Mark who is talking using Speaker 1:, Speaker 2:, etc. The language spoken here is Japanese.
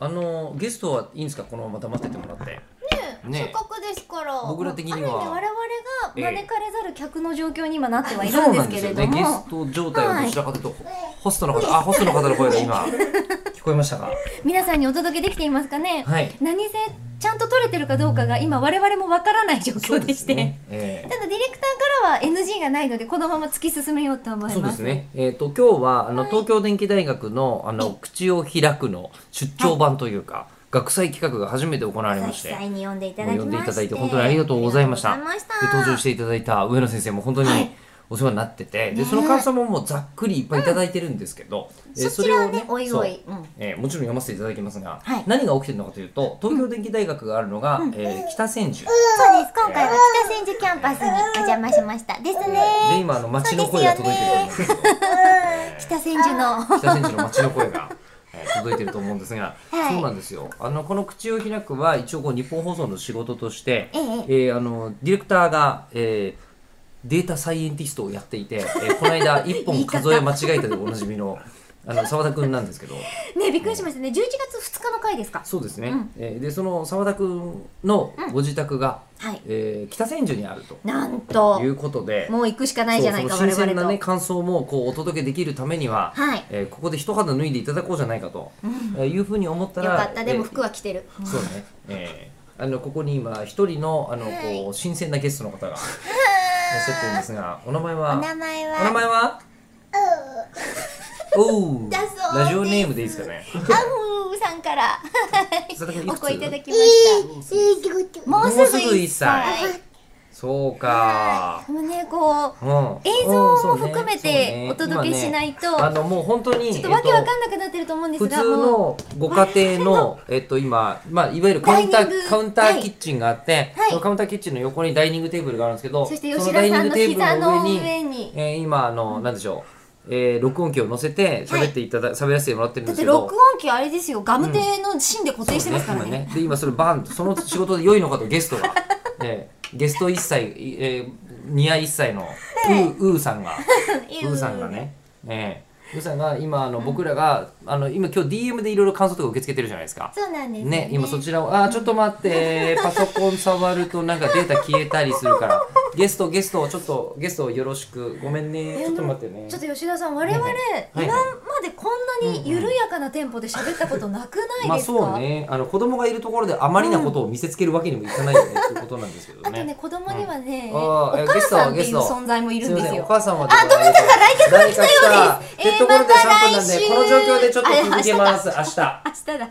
Speaker 1: あのゲストはいいんですかこのまま黙っててもらって
Speaker 2: ね
Speaker 3: せっかくですから
Speaker 2: 僕ら的には
Speaker 3: ある意味我々が
Speaker 2: ええ
Speaker 3: 招かれざる客の状況に今なってはいるんですけれど
Speaker 2: ゲ
Speaker 3: も
Speaker 2: スト状態はどちらかというと、ホストの方あホストの方の声が今
Speaker 1: 聞こえましたか
Speaker 3: 皆さんにお届けできていますかね
Speaker 1: はい
Speaker 3: 何せちゃんと取れてるかどうかが今我々もわからない状況でして
Speaker 1: え
Speaker 3: ただディレクターからは NG がないのでこのまま突き進めようと思
Speaker 1: ー
Speaker 3: い
Speaker 1: そうで
Speaker 3: ますす
Speaker 1: ね。えっ、と今日はあの東京電機大学のあの口を開くの出張版というか、学祭企画が初めて行われまして
Speaker 3: 実、際に呼んでいただ
Speaker 1: もう
Speaker 3: きま
Speaker 1: 呼んで
Speaker 3: して
Speaker 1: いただいて本当にありがとうございました。
Speaker 3: ありがとうございま
Speaker 1: で
Speaker 3: した
Speaker 1: 登場していただいた上野先生も本当に
Speaker 3: はい
Speaker 1: お世話になってて、
Speaker 3: ね
Speaker 1: で
Speaker 3: え
Speaker 1: その感想ももうざっくりいっぱいいただいてるんですけど、えー
Speaker 3: そちらはね
Speaker 1: れを
Speaker 3: おいおい
Speaker 1: そう
Speaker 3: うん
Speaker 1: えーもちろん読ませていただきますが、
Speaker 3: はい
Speaker 1: 何が起きてるのかというと東京電機大学があるのが、えー北千住、
Speaker 3: そうです今回は北千住キャンパスにお邪魔しましたですね
Speaker 1: で今あの街の声が届いてるんですけど
Speaker 3: 北千住の
Speaker 1: 北千住の街の声が、えー届いてると思うんですが、
Speaker 3: はい
Speaker 1: そうなんですよあのこの「口を開く」は一応こう日本放送の仕事として、
Speaker 3: ええ
Speaker 1: ーあのディレクターが、えーデータサイエンティストをやっていて、えーこの間1
Speaker 3: 言
Speaker 1: 本
Speaker 3: い方
Speaker 1: 数え間違えたでおなじみのあの澤田君なんですけど
Speaker 3: ねびっくりしましたね11月2日の回ですか
Speaker 1: そうですね、
Speaker 3: うん
Speaker 1: えーでその澤田君のご自宅が、
Speaker 3: はい
Speaker 1: えー北千住にあると
Speaker 3: なんと
Speaker 1: いうことで。
Speaker 3: もう行くしかないじゃないか
Speaker 1: そう
Speaker 3: 我
Speaker 1: その新鮮
Speaker 3: 々
Speaker 1: な、
Speaker 3: と、
Speaker 1: ね、感想もこうお届けできるためには、
Speaker 3: はい
Speaker 1: えーここで一肌脱いでいただこうじゃないかと、えーいうふうに思った
Speaker 3: よ
Speaker 1: ら
Speaker 3: かったでも服
Speaker 1: は、
Speaker 3: は着てる
Speaker 1: えーそうね、えーあのここに今一人のあの、こう新鮮なゲストの 方がいらっしゃってるんですがお名前は
Speaker 3: 前
Speaker 1: お名前はおう
Speaker 3: だそうです
Speaker 1: ラジオネームでいいですかね
Speaker 3: アフさんから
Speaker 1: 佐々木いく
Speaker 3: お
Speaker 1: つ
Speaker 3: 声いただきましたもうすぐ
Speaker 1: もうすぐ
Speaker 3: 1
Speaker 1: 一歳
Speaker 3: 歳
Speaker 1: そうか、
Speaker 3: もうねこう
Speaker 1: うん、
Speaker 3: 映像
Speaker 1: そ
Speaker 3: も
Speaker 1: うね
Speaker 3: 含め
Speaker 1: そうね
Speaker 3: てお届けしないと、
Speaker 1: 今ねあのもう本当に
Speaker 3: ちょっとわけわ
Speaker 1: えっと
Speaker 3: かんなくなってると思うんで
Speaker 1: 普
Speaker 3: すが、
Speaker 1: 通
Speaker 3: もう
Speaker 1: のご家庭の、えっと、今、まあ、いわゆるカウンタ
Speaker 3: ダイニン
Speaker 1: ー、
Speaker 3: グ
Speaker 1: カウンターキッチンがあって、
Speaker 3: はい
Speaker 1: そのカウンターキッチンの横にダイニングテーブルがあるんですけど、
Speaker 3: そして
Speaker 1: の
Speaker 3: 吉
Speaker 1: ダ
Speaker 3: 田
Speaker 1: イニ
Speaker 3: さ
Speaker 1: ング
Speaker 3: んの
Speaker 1: テーブ
Speaker 3: 膝
Speaker 1: ル
Speaker 3: の
Speaker 1: の
Speaker 3: 上に
Speaker 1: 上に、えー今、あの、なんでしょう、えー録音機を乗せて、喋っていただ、喋らせてもらってるん
Speaker 3: だ
Speaker 1: です
Speaker 3: って
Speaker 1: けど、
Speaker 3: 録音機あれですよガムテの芯で固定してますからね,、
Speaker 1: そうで、今それバン、その仕事で良いのかとゲストが、えーゲスト1歳、いえー、ニア1歳の、うー、うーさんが、うーさんがね、えー、うーさんが今、あの、僕らが、あの、今今日 DM でいろいろ感想とか受け付けてるじゃないですか。
Speaker 3: そうなんですよ
Speaker 1: ね、今そちらを、あー、ちょっと待 って、パソコン触るとなんかデータ消えたりするから、ゲスト、ゲスト、ちょっと、ゲストよろしく、ごめんね、ちょっと待ってね
Speaker 3: ちょ。っと吉田さん我々、
Speaker 1: はいはい
Speaker 3: 今までこんなに緩やかなテンポで喋ったことなく
Speaker 1: まあ
Speaker 3: ないですか、
Speaker 1: そうね、あの子供がいるところであまりなことを見せつけるわけにもいかないよね、っていうことなんですけどね。
Speaker 3: あとね子供にはね、
Speaker 1: うんあ
Speaker 3: お
Speaker 1: ーえ
Speaker 3: 母さんって
Speaker 1: ゲス
Speaker 3: いう
Speaker 1: トゲスト
Speaker 3: 存在もいるんです
Speaker 1: いませんお
Speaker 3: よ
Speaker 1: 母さんはあ、どなたか来客が来たようです。
Speaker 3: え
Speaker 1: と
Speaker 3: ー
Speaker 1: ころで
Speaker 3: また
Speaker 1: 3分なん
Speaker 3: 来
Speaker 1: で、
Speaker 3: 週
Speaker 1: この状況でちょっと続けます、明日。
Speaker 3: 明日だ